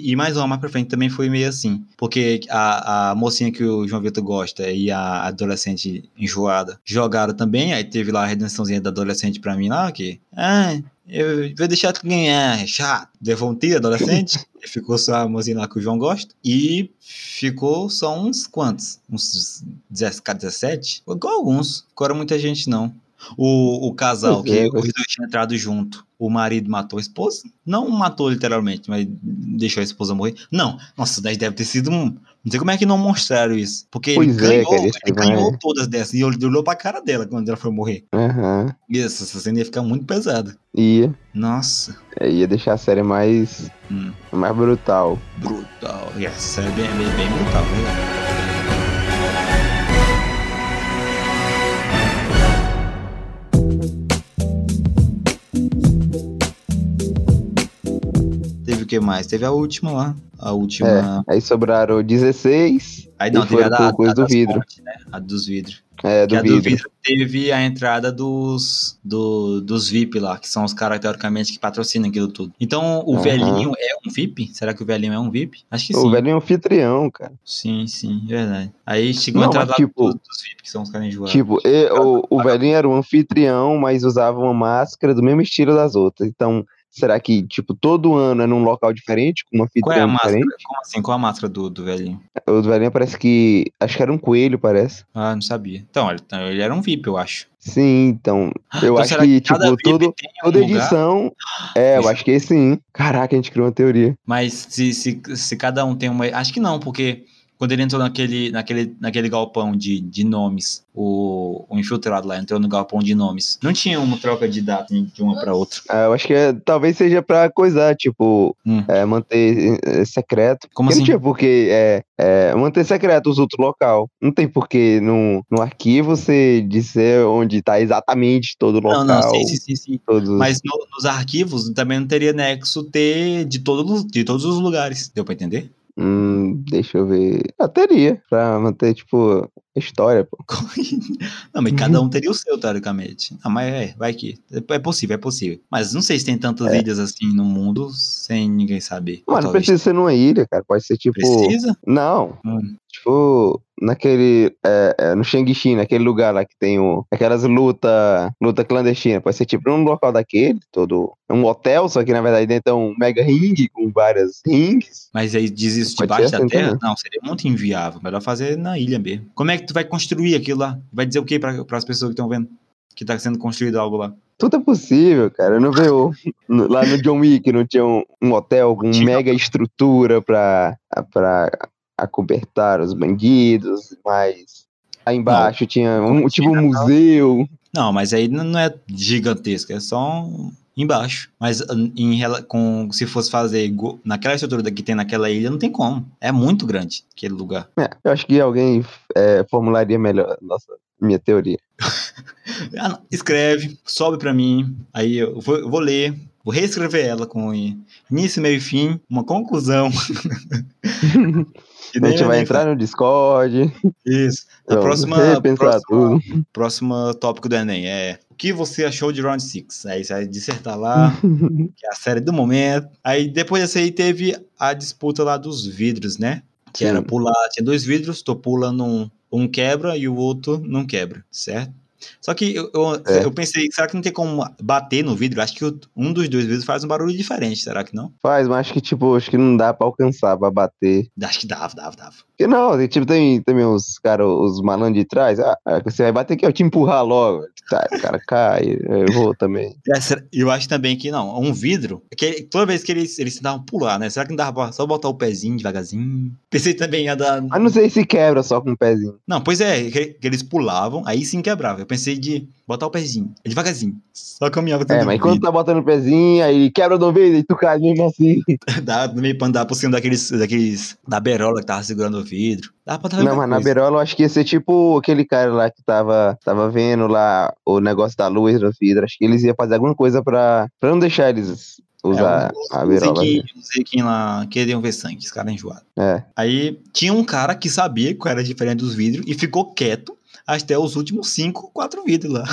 e, e mais uma mais pra frente também foi meio assim. Porque a, a mocinha que o João Vitor gosta e a adolescente enjoada jogaram também. Aí teve lá a redençãozinha da adolescente pra mim lá, que. Ah, eu vou deixar tu ganhar, é chato. Levou um tiro, adolescente. e ficou só a mocinha lá que o João gosta. E ficou só uns quantos? Uns 17? Igual alguns. Agora muita gente não. O, o casal,
Pois é,
que
pois
os dois tinham entrado junto. O marido matou a esposa? Não matou literalmente, mas deixou a esposa morrer. Não, nossa, daí deve ter sido um. Não sei como é que não mostraram isso. Porque
Pois
ele
é,
ganhou,
cara, isso
ele
vai-
ganhou todas dessas. E ele olhou pra cara dela quando ela foi morrer.
Aham.
E essa essa cena ia ficar muito pesada.
Ia,
Nossa,
é, ia deixar a série mais,
Hum.
mais brutal.
brutal. E essa cena é bem, bem, bem brutal, né? Teve o que mais? Teve a última lá. A última.
Aí sobraram 16
Aí não,
e
teve a
foram
da,
por É, coisa
a
do
das
vidro.
pontes, né? A dos vidros.
É,
Que
do
a do
vidro.
vidro teve a entrada dos, do- dos VIP lá, que são os caras, teoricamente, que patrocinam aquilo tudo. Então, o
Aham.
velhinho é um VIP? Será que o velhinho é um VIP? Acho que
O
sim.
velho é um anfitrião, cara.
Sim, sim, é verdade. Aí chegou a
Não,
entrada
mas
lá
tipo-
dos, dos VIP, que são os caras enjoados.
Tipo, e- o, o velhinho era um anfitrião, mas usava uma máscara do mesmo estilo das outras. Então, será que, tipo, todo ano é num local diferente, com um
Qual é a
anfitrião
máscara?
diferente?
Como assim? Qual a máscara do, do velhinho?
O do velhinho parece que. Acho que era um coelho, parece.
Ah, não sabia. Então, ele, então, ele era um VIP, eu acho.
Sim, então. Eu
Então,
acho
será
que,
cada
tipo,
VIP
todo-
tem um
Toda
lugar?
edição. É, eu
Isso.
acho que sim. Caraca, a gente criou uma teoria.
Mas se, se, se cada um tem uma. Acho que não, porque quando ele entrou naquele, naquele, naquele galpão de, de nomes, o, o infiltrado lá entrou no galpão de nomes. Não tinha uma troca de data de uma pra outra.
Ah, eu acho que é- talvez seja pra coisar, tipo,
Hum.
é, manter é, é, secreto.
Como
Porque
assim?
Não tinha porque é, é, manter secreto os outros local. Não tem porquê no, no arquivo você dizer onde tá exatamente todo o local.
Não, não, sim, sim, sim, sim.
Todos...
Mas no- nos arquivos também não teria nexo ter de, todo, de todos os lugares. Deu pra entender?
Hum, deixa eu ver. Ah, teria, pra manter, tipo, a história,
Ah,
pô.
Não, mas
Uhum.
cada um teria o seu, teoricamente. Ah, mas é, vai que. É possível, é possível. Mas não sei se tem tantas ilhas assim no mundo sem ninguém saber.
Mas não
Talvez.
É. precisa ser numa ilha, cara. Pode ser, tipo...
Precisa?
Não.
Hum.
Tipo, naquele. É, é, no Shang-Chi, naquele lugar lá que tem o, aquelas luta, luta clandestina. Pode ser tipo num local daquele, todo. É um hotel, só que na verdade dentro é um mega ringue com várias rings.
Mas aí diz isso
Pode
debaixo
ser
da
assim
terra?
também.
Não, seria muito inviável. Melhor fazer na ilha mesmo. Como é que tu vai construir aquilo lá? Vai dizer o quê para as pessoas que estão vendo? Que tá sendo construído algo lá.
Tudo é possível, cara. Não veio. no- lá no John Wick não tinha um, um hotel com
Tinha.
mega estrutura pra, pra acobertar os bandidos, mas. Aí embaixo tinha um tipo um museu.
Não, mas aí não é gigantesco, é só um- embaixo. Mas hum, em, rela- com, se fosse fazer igu- naquela estrutura que tem naquela ilha, não tem como. É muito grande aquele lugar.
É, eu acho que alguém é, formularia melhor nossa, minha teoria.
Ah, não, escreve, sobe pra mim, aí eu vou, eu vou ler, vou reescrever ela com início, meio e fim, uma
[LAUGHS]
conclusão. [LAUGHS] E
a
nem
gente vai
nem-
entrar no Discord.
Isso. A
vamos
próxima,
repensar
próxima,
tudo.
próxima tópico do Enem é o que você achou de Round Six? Aí você vai dissertar
[LAUGHS]
lá, que é a série do momento. Aí depois dessa aí teve a disputa lá dos vidros, né? Que era
Sim.
pular, tinha dois vidros, tô pulando um, um quebra e o outro não quebra, certo? Só que eu, eu,
É.
eu pensei, será que não tem como bater no vidro? Acho que o- um dos dois vidros faz um barulho diferente, será que não?
Faz, mas acho que tipo, acho que não dá pra alcançar, pra bater.
Acho que dava, dava, dava.
Porque não, tem, tipo, tem também os caras, os malandros de trás. Ah, ah, você vai bater aqui, eu te empurrar logo. Tá, o cara cai, eu vou também.
É, será- Eu acho também que não. Um vidro. Que toda vez que eles, eles tentavam pular, né? Será que não dava pra só botar o pezinho devagarzinho? Pensei também ia dar.
Mas Ah, não sei se quebra só com o pezinho.
Não, pois é, que, que eles pulavam, aí sim quebrava. Eu pensei de botar o pezinho, devagarzinho. Só caminhava
É,
do
mas
vidro.
quando tá botando o pezinho, aí quebra do vidro e tu cai mesmo assim.
[LAUGHS] Dá meio pra andar por cima daqueles. daqueles da berola que tava segurando o vidro. Dá pra dar
Não, mas na berola eu acho que ia ser tipo aquele cara lá que tava, tava vendo lá o negócio da luz no vidro. Acho que eles iam fazer alguma coisa pra, pra não deixar eles usar a berola.
Não sei É, quem lá queriam ver sangue, esse cara é enjoado.
É. [LAUGHS]
Aí tinha um cara que sabia qual era a diferença dos vidros e ficou quieto até os últimos cinco, quatro vidros lá.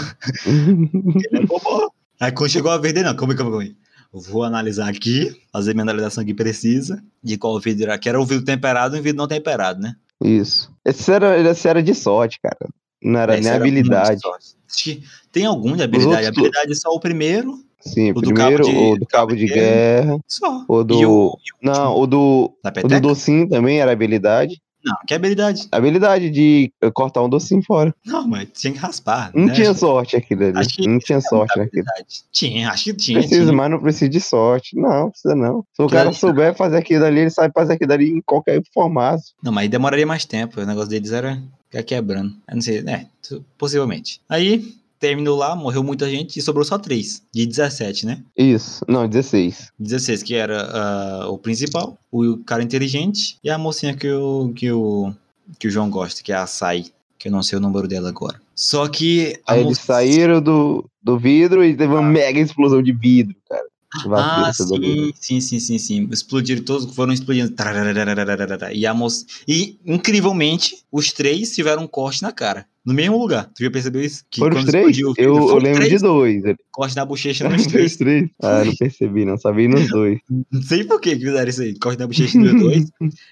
Ele é bobão. Aí quando chegou a vez dele, não, calma aí, calma aí, calma aí. Eu Vou analisar aqui, fazer minha analisação que precisa, de qual vidro era, que era o vidro temperado e o vidro não temperado, né?
Isso. Esse era, esse era de sorte, cara. Não era
Esse
nem
era
habilidade.
muito sorte. Acho que Tem algum de habilidade?
outros-
habilidade é só o primeiro,
Sim,
do
primeiro
cabo de-
o do cabo de guerra.
só.
O
E o,
do. Não, o do.
da
O do
peteca?
docinho também era habilidade.
Não, que habilidade?
Habilidade de eh, cortar um docinho fora.
Não, mas tinha que raspar,
Não
né?
tinha sorte aquilo ali.
Acho que
Não tinha
Tinha muita
sorte naquilo.
habilidade. Tinha, acho que tinha.
Precisa,
tinha.
mas não precisa de sorte. Não, precisa não. Se o
Aquilo
cara
ali-
souber fazer aquilo ali, ele sabe fazer aquilo ali em qualquer formato.
Não, mas aí demoraria mais tempo. O negócio deles era ficar quebrando. Eu não sei, né? tu- Possivelmente. Aí terminou lá, morreu muita gente e sobrou só três. De 17, né?
Isso. Não, 16.
16, que era ah, o principal, o cara inteligente e a mocinha que o, que o, que o João gosta, que é a Sai. Que eu não sei o número dela agora. Só que. a
Aí eles
moça-
saíram do, do vidro e teve uma mega explosão de vidro, cara.
Ah,
Vacina, tudo bem.
sim, sim, sim, sim, sim. Explodiram todos, foram explodindo. Tararararararara. E a moça. E, incrivelmente, os três tiveram um corte na cara. No mesmo lugar. Tu já percebeu isso? Que
Foram os
quando
três?
explodiu o
Eu,
vidro,
eu
foram
lembro
três
de dois.
Corte na
[LAUGHS]
bochecha nos
Os
três.
três. Ah, não percebi, não. Só vi nos dois.
Não sei por que que fizeram isso aí. Corte na bochecha dos
[LAUGHS]
dois.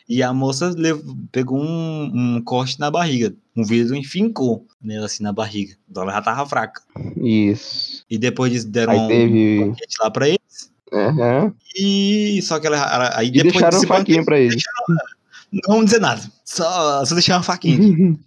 E a moça levou- pegou um, um corte na barriga. Um vidro enfincou nela assim na barriga. Então ela já tava fraca.
Isso.
E depois eles deram
Aí teve-
um paquete lá pra eles.
Aham.
E só que ela. ela- aí
E
depois
deixaram
desse é
um faquinha pra eles.
Não vamos dizer nada. Só, só deixar uma faquinha aqui.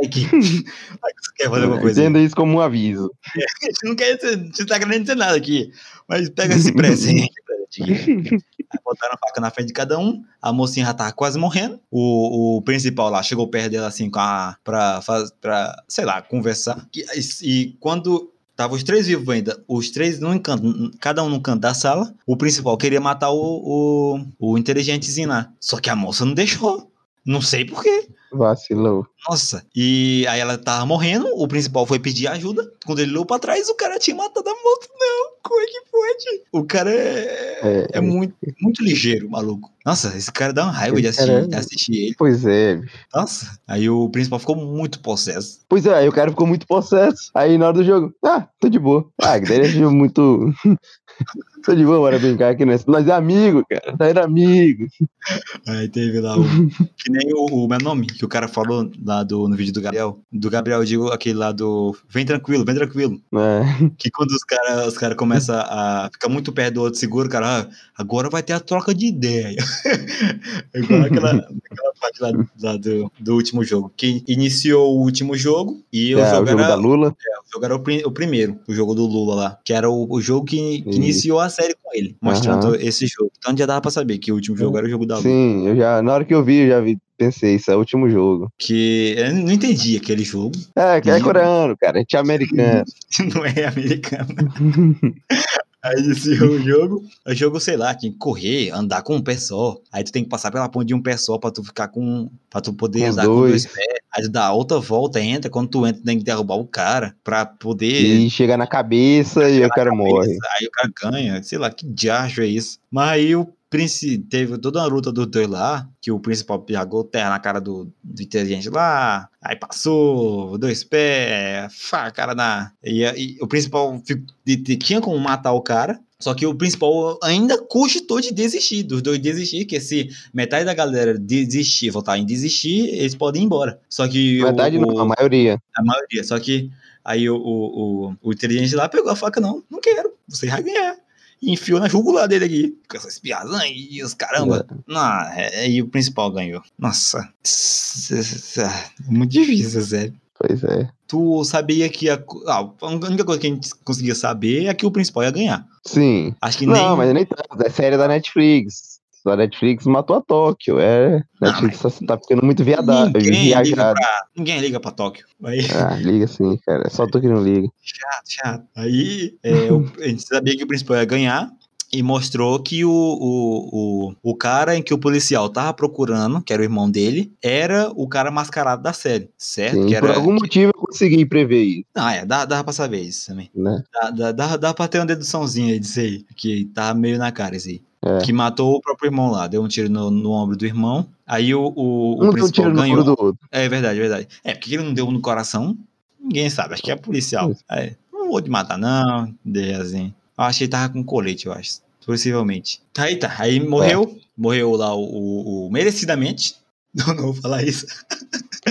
Vai que, vai que você quer fazer
[LAUGHS]
alguma coisa.
Entenda isso como um aviso.
A gente não quer dizer, a gente não tá querendo dizer nada aqui. Mas pega esse presente. presente aqui. Aí botaram a faca na frente de cada um. A mocinha já tava quase morrendo. O, o principal lá chegou perto dela assim com a, pra, faz- pra, sei lá, conversar. E, e quando... Tava os três vivos ainda, os três num canto, cada um num canto da sala. O principal queria matar o, o, o inteligentezinho lá. Só que a moça não deixou. Não sei por quê.
Vacilou.
Nossa, e aí ela tava morrendo, o principal foi pedir ajuda. Quando ele olhou pra trás, o cara tinha matado a moto. Não, como é que pode? O cara é,
É,
é muito, muito ligeiro, maluco. Nossa, esse cara dá uma raiva de assistir,
Caramba.
de assistir ele.
Pois é. bicho.
Nossa, aí o principal ficou muito possesso.
Pois é, aí o cara ficou muito possesso. Aí na hora do jogo, ah, tô de boa. Ah, que daí ele achou muito. [LAUGHS] tô de boa, bora brincar aqui nessa. Nós é amigo, cara. Nós era amigo.
Aí teve lá [LAUGHS] o. que nem o, o meu nome, que o cara falou lá do, no vídeo do Gabriel. Do Gabriel, eu digo aquele lá do. Vem tranquilo, vem tranquilo.
É.
Que quando os caras os cara começam a ficar muito perto do outro seguro, o cara, "Ah, agora vai ter a troca de ideia. [LAUGHS] Igual aquela, aquela parte lá, lá do, do último jogo, que iniciou o último jogo e o
É, o
jogo
jogo da
era,
Lula.
o jogo era o, pri- o primeiro, o jogo do Lula lá, que era o, o jogo que, que
Isso.
iniciou a série com ele, mostrando esse jogo. Então já dava pra saber que o último jogo era o jogo da Lula.
Sim, eu já. Na hora que eu vi, eu já vi pensei, isso é o último jogo.
Que eu não entendi aquele jogo.
É, que é
E-
coreano, cara, a gente é americano.
[LAUGHS] Não é
[LAUGHS]
americano. Aí esse é o jogo. O jogo, sei lá, tem que correr, andar com um pé só. Aí tu tem que passar pela ponte de um pé só pra tu ficar com. pra tu poder
Com
andar
dois.
com dois pés. Aí tu dá outra volta, entra. Quando tu entra, tem que derrubar o cara pra poder.
E chega na cabeça e o cara morre.
Aí o cara ganha, sei lá, que diacho é isso. Mas aí o príncipe teve toda uma luta dos dois lá, que o principal pegou terra na cara do, do inteligente lá, aí passou, dois pés, fá, cara na. E, e o principal fi- de- de- tinha como matar o cara. Só que o principal ainda cogitou de desistir, dos dois desistir, que se metade da galera desistir, votar em desistir, eles podem ir embora. Só que.
Na
o-
verdade,
o-
não, a maioria.
a maioria. Só que aí o, o, o, o inteligente lá pegou a faca, não, não quero, você vai ganhar. E enfiou na jugular dele aqui, com essas piadas e os caramba. Ah, é, é, e o principal ganhou. Nossa, é muito difícil, sério.
Pois é.
Tu sabia que a, co- ah, a única coisa que a gente conseguia saber é que o principal ia ganhar.
Sim.
Acho que nem.
Não, mas nem tanto. É série da Netflix. A Netflix matou a Tóquio. É.
Ah,
Netflix só tá ficando muito viadado,
Ninguém liga,
viajado.
pra, ninguém liga pra Tóquio. Aí,
Ah, liga sim, cara. Só tu que não liga.
chato, chato. Aí é, o- a gente sabia que o principal ia ganhar e mostrou que o, o, o, o cara em que o policial tava procurando, que era o irmão dele, era o cara mascarado da série, certo?
Sim,
É que era, tipo
Por algum motivo eu consegui prever isso,
Ah, é, dá, dava pra saber isso também.
né?
Dá, dá, dá, dá pra ter uma deduçãozinha aí disso aí, que tava meio na cara isso aí.
É.
Que matou o próprio irmão lá, deu um tiro no, no ombro do irmão. Aí o, o, o
um deu
principal
tiro no
ganhou.
ombro do outro.
É verdade, é verdade. É, porque ele não deu um no coração, ninguém sabe. Acho que é policial. Aí, não vou te matar, não. Dei assim. Eu acho que ele tava com colete, eu acho. Possivelmente. Aí tá. Aí morreu. Morreu lá o, o- o- merecidamente. [LAUGHS] Não, não vou falar isso. [LAUGHS]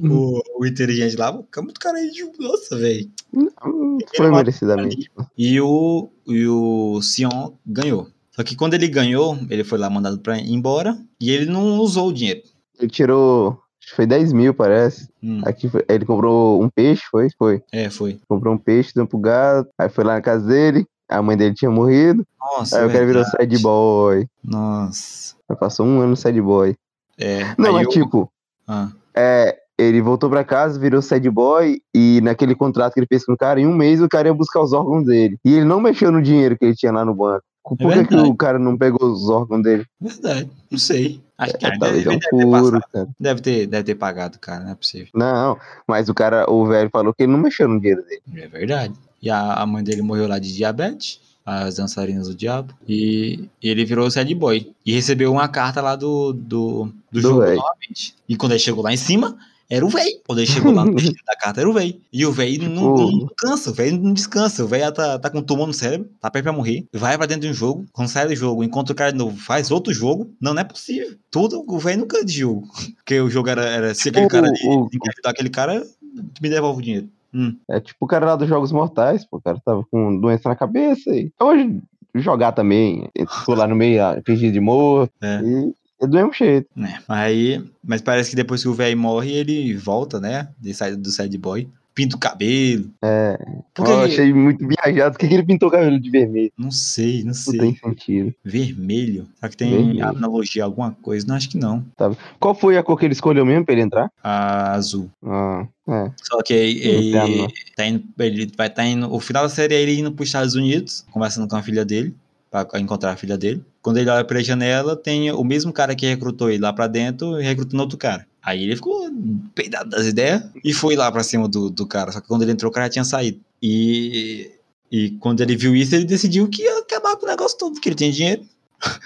Hum.
o, o inteligente lá. Fica muito cara aí de. Nossa, velho.
Hum, Foi merecidamente.
E o, e o Sion ganhou. Só que quando ele ganhou, ele foi lá mandado pra ir embora. E ele não usou o dinheiro.
Ele tirou. acho que Foi 10 mil, parece.
Hum,
Aqui foi- ele comprou um peixe, foi? Foi.
é, foi.
Comprou um peixe, deu pro gato. Aí foi lá na casa dele. A mãe dele tinha morrido.
Nossa.
Aí o cara virou
é verdade.
sad boy.
Nossa.
Aí passou um ano sad boy.
É.
Não,
aí
mas
eu-
tipo,
Ah,
é, ele voltou pra casa, virou sad boy. E naquele contrato que ele fez com o cara, em um mês o cara ia buscar os órgãos dele. E ele não mexeu no dinheiro que ele tinha lá no banco. Por que que
É verdade.
o cara não pegou os órgãos dele?
verdade. Não sei. Acho que
É,
ah, deve,
talvez é um
deve ter passado.
furo, cara.
Deve ter, deve ter pagado, cara. Não é possível.
Não, mas o cara, o velho falou que ele não mexeu no dinheiro dele.
É verdade. E a, a mãe dele morreu lá de diabetes. As dançarinas do diabo. E ele virou sad boy. E recebeu uma carta lá do, do, do, jogo
véi.
novamente. E quando ele chegou lá em cima, era o véi. Quando ele chegou
[LAUGHS]
lá no destino da carta, era o véi. E o véi não,
Tipo-
não cansa, o véi não descansa. O véi tá, tá com um tumor no cérebro, tá perto pra morrer. Vai pra dentro de um jogo, quando sai do jogo, encontra o cara de novo, faz outro jogo. Não, não é possível. Tudo, o véi nunca de jogo. [LAUGHS] Porque o jogo era, era se aquele
O-
cara ali,
o-
tem que ajudar aquele cara, me devolve o dinheiro.
É tipo o cara lá dos Jogos Mortais, pô. O cara tava com doença na cabeça e tá hoje jogar também. Ele ficou lá no meio, ah, fingindo de morto.
É.
E é do mesmo jeito.
né? Aí, mas parece que depois que o velho morre, ele volta, né? Ele sai do sad boy, pinta o cabelo.
É.
Por
eu
que que-
achei muito viajado. Por que, que ele pintou o cabelo de vermelho?
Não sei, não
Não
sei.
tem sentido.
Vermelho. Será que tem
Vermelho.
analogia a alguma coisa? Não, acho que não.
Qual foi a cor que ele escolheu mesmo pra ele entrar?
A azul.
Ah, é.
Só que aí,
Não tem
ele,
anão.
tá indo, ele vai estar indo. O final da série é ele indo para os Estados Unidos, conversando com a filha dele, para encontrar a filha dele. Quando ele olha pela janela, tem o mesmo cara que recrutou ele lá para dentro recrutando outro cara. Aí ele ficou peidado das ideias e foi lá para cima do, do cara. Só que quando ele entrou, o cara já tinha saído. E, e quando ele viu isso, ele decidiu que ia acabar com o negócio todo, porque ele tinha dinheiro.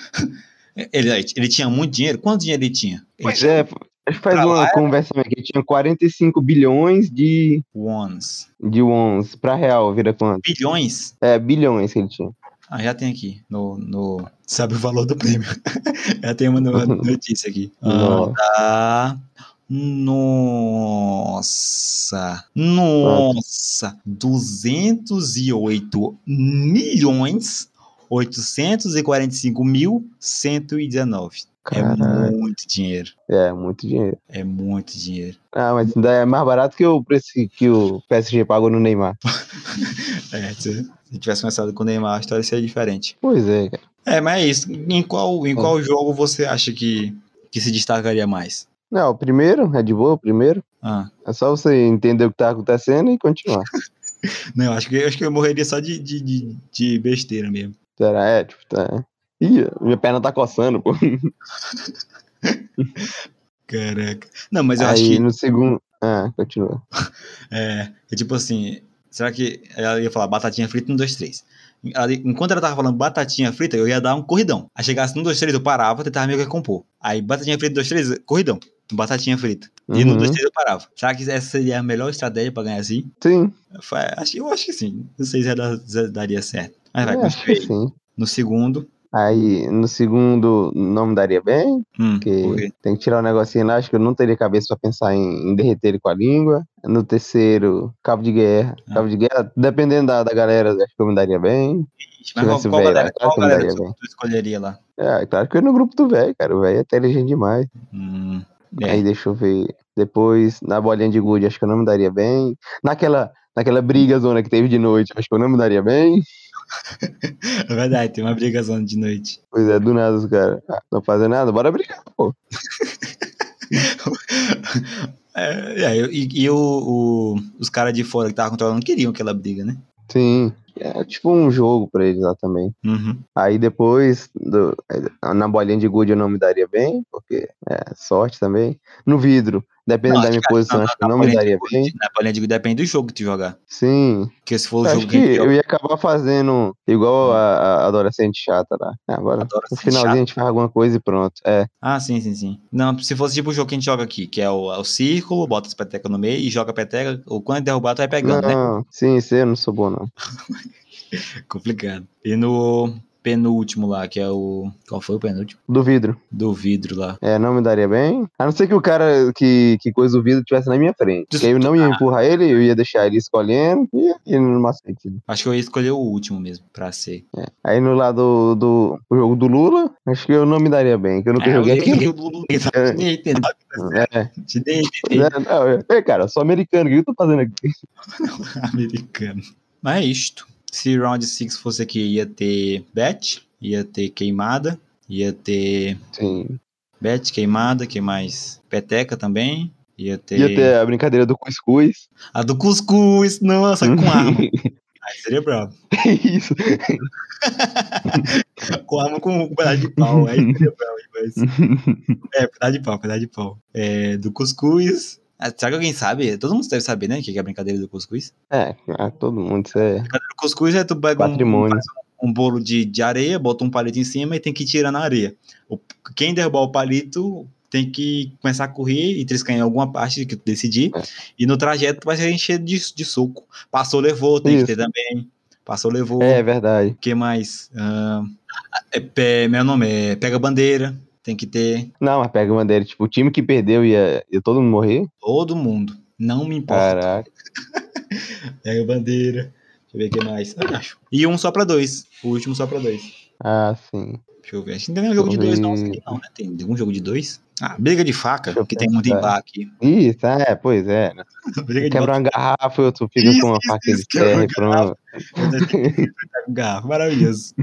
[LAUGHS] ele, ele tinha muito dinheiro? Quanto dinheiro ele tinha? Ele
Pois
tinha
é, pô. A gente faz
Pra lá é-
uma conversa minha aqui. Tinha 45 bilhões de,
Ones.
de ons. Pra real, vira quanto?
Bilhões?
É, bilhões que ele tinha.
Ah, já tem aqui no, no... Sabe o valor do prêmio. [LAUGHS] já tem uma no- notícia aqui.
Nossa.
Ah, tá. Nossa. Nossa. 208 milhões 845 mil 119. É
Caralho.
muito dinheiro.
É, muito dinheiro.
É muito dinheiro.
Ah, mas ainda é mais barato que o preço que- que o PSG pagou no Neymar.
É, se se tivesse começado com o Neymar, a história seria diferente.
Pois é, cara.
É, mas é isso. Em qual, em qual jogo você acha que, que se destacaria mais?
Não, o primeiro, é de boa, o primeiro.
Ah,
É só você entender o que tá acontecendo e continuar.
não, eu acho que, eu acho que eu morreria só de, de, de, de besteira mesmo.
Será? É, tipo, tá. Ih, minha perna tá coçando, pô.
Caraca. Não, mas eu acho
Aí né?
que.
no segundo. Ah, continua.
É, é tipo assim, será que ela ia falar batatinha frita no 2, 3? Ali, enquanto ela tava falando batatinha frita, eu ia dar um corridão. Aí chegasse no 2, 3, eu parava, tentava meio que compor. Aí batatinha frita 2, 3, corridão. Batatinha frita. E no
Uhum.
2, 3 eu parava. Será que essa seria a melhor estratégia pra ganhar assim?
Sim,
Eu fa- acho- Eu acho que sim. Não sei se ia dar- se daria certo. Mas vai,
eu acho
continue
que
aí.
É, sim.
No segundo.
Aí no segundo não me daria bem,
Hum,
porque
por quê?
tem que tirar um negocinho lá, acho que eu não teria cabeça pra pensar em, em derreter ele com a língua. No terceiro, cabo de guerra.
Ah.
Cabo de guerra, dependendo da, da galera, acho que eu me daria bem.
Mas qual,
tivesse
qual
né? velho lá,
galera, qual
claro que eu
galera
mandaria
tu,
bem.
tu escolheria lá?
É, claro que eu ia no grupo do velho, cara. O velho é inteligente demais.
Hum, é.
Aí deixa eu ver. Depois, na bolinha de gude, acho que eu não me daria bem. Naquela, naquela briga zona que teve de noite, acho que eu não me daria bem.
é verdade, tem uma brigazona de noite.
Pois é, do nada os caras. Ah, não fazer nada, bora brigar, pô.
É, é, eu- e, e o- o- os caras de fora que estavam controlando queriam aquela briga, né?
Sim. É tipo um jogo pra eles lá também.
Uhum.
Aí depois, do- eh, na bolinha de gude eu não me daria bem, porque é sorte também. No vidro, dependendo
Não,
da
acho
minha
que-
posição, acho que eu não me
bolinha de
daria
gude-
bem.
Na bolinha de gude depende do jogo que tu jogar.
Sim.
Porque se for o
Eu
jogo
acho
que
que
a gente joga,
eu ia acabar fazendo igual a, a adolescente chata lá. Ah, bora.
adora
No
ser
finalzinho a
chato.
gente faz alguma coisa e pronto. É,
Ah, sim, sim, sim. Não, se fosse tipo o jogo que a gente joga aqui, que é o, é o círculo, bota as petecas no meio e joga a peteca, ou quando derrubar, tu vai pegando, né? [LAUGHS]
não, sim, isso aí eu não sou bom, não.
Complicado. E no penúltimo lá, que é o. Qual foi o penúltimo?
Do vidro.
Do vidro lá.
É, não me daria bem. A não ser que o cara que, que coisa o vidro tivesse na minha frente.
Des-
Que aí eu não ia empurrar ele, eu ia deixar ele escolhendo e ele no macete.
Acho que eu ia escolher o último mesmo, pra ser.
Aí no lado do, do o jogo do Lula, acho que eu não me daria bem, que eu nunca
É,
joguei
[LAUGHS]
aquele. É.
Nem entendi,
É,
nem entendi.
né, não, eu- Ei, cara, eu sou americano, o que eu tô fazendo aqui?
americano. Mas é isto. Se Round 6 fosse aqui, ia ter Bet, ia ter Queimada, ia ter
Sim.
Bet, Queimada, que mais? Peteca também, ia ter...
Ia ter a brincadeira do cuscuz.
A do Cuscuz, não, só que
[LAUGHS]
com arma. Aí seria brabo.
Isso.
Com arma com um pedaço de pau, aí seria brabo.
[LAUGHS]
mas- É, pedaço de pau, pedaço de pau. É, do Cuscuz... Ah, Será que alguém sabe? Todo mundo deve saber, né? O que que é a brincadeira do cuscuz?
É, ah, todo mundo, isso é
A brincadeira do cuscuz é tu pega um,
patrimônio.
um bolo de, de areia, bota um palito em cima e tem que tirar na areia. O- quem derrubar o palito tem que começar a correr e triscar em alguma parte que tu decidir.
É.
E no trajeto vai ser encher de, de soco. Passou, levou, tem
Isso.
que ter também. Passou, levou.
É verdade.
O que mais? Ah, é pé- meu nome é Pega Bandeira. Tem que ter
Não, mas pega uma dele, tipo, o time que perdeu ia, ia todo mundo morrer.
todo mundo. Não me importa.
Caraca. É.
Pega Bandeira. Deixa eu ver o que mais. Ah, acho. E um só pra dois. O último só pra dois.
Ah, sim.
Deixa eu ver. Acho que não tem nenhum um jogo de dois, não. Isso aqui não, né? Tem algum jogo de dois? Ah, briga de faca,
Deixa eu
que tem muito
pensar.
embate. [LAUGHS]
Isso, ah, é, pois é. né?
briga de
Quebrar uma garrafa e outro fica
Isso,
com uma
isso,
faca
isso,
de ferro e
quebra uma
pronto.
né?
[LAUGHS]
garrafa. Maravilhoso.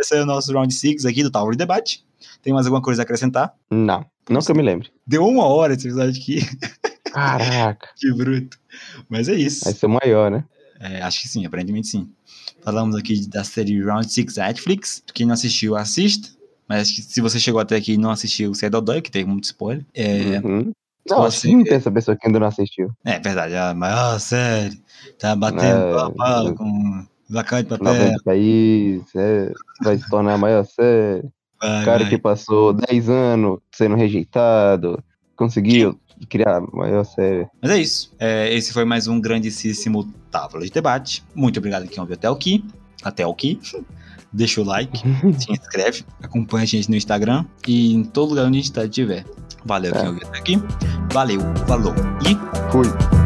Esse é o nosso round 6 aqui do Tower de Debate. Tem mais alguma coisa a acrescentar?
Não, não que eu me lembre.
Deu uma hora esse episódio aqui, [LAUGHS]
Caraca,
de bruto. Mas é isso.
vai ser maior, né?
É, acho que sim, aparentemente sim. Falamos aqui da série Round 6 da Netflix. Quem não assistiu, assista. Mas acho que se você chegou até aqui e não assistiu, você é dodói, que tem muito spoiler. É,
Uhum.
se
Não, acho
você-
que não tem essa pessoa que ainda não assistiu.
É verdade, a maior série. Tá batendo
É,
pau a pau
eu-
com vaca de
Novela
papel.
do país, é, vai se tornar a maior série. O
Vai,
cara
vai.
que passou 10 anos sendo rejeitado, conseguiu criar a maior série.
Mas é isso. É, esse foi mais um grandíssimo Távola de Debate. Muito obrigado a quem ouviu até aqui. Até aqui. [LAUGHS] Deixa o
[LAUGHS]
like, se inscreve, acompanha a gente no Instagram e em todo lugar onde a gente tá- tiver. Valeu
É.
quem ouviu até aqui. Valeu, falou e
Fui.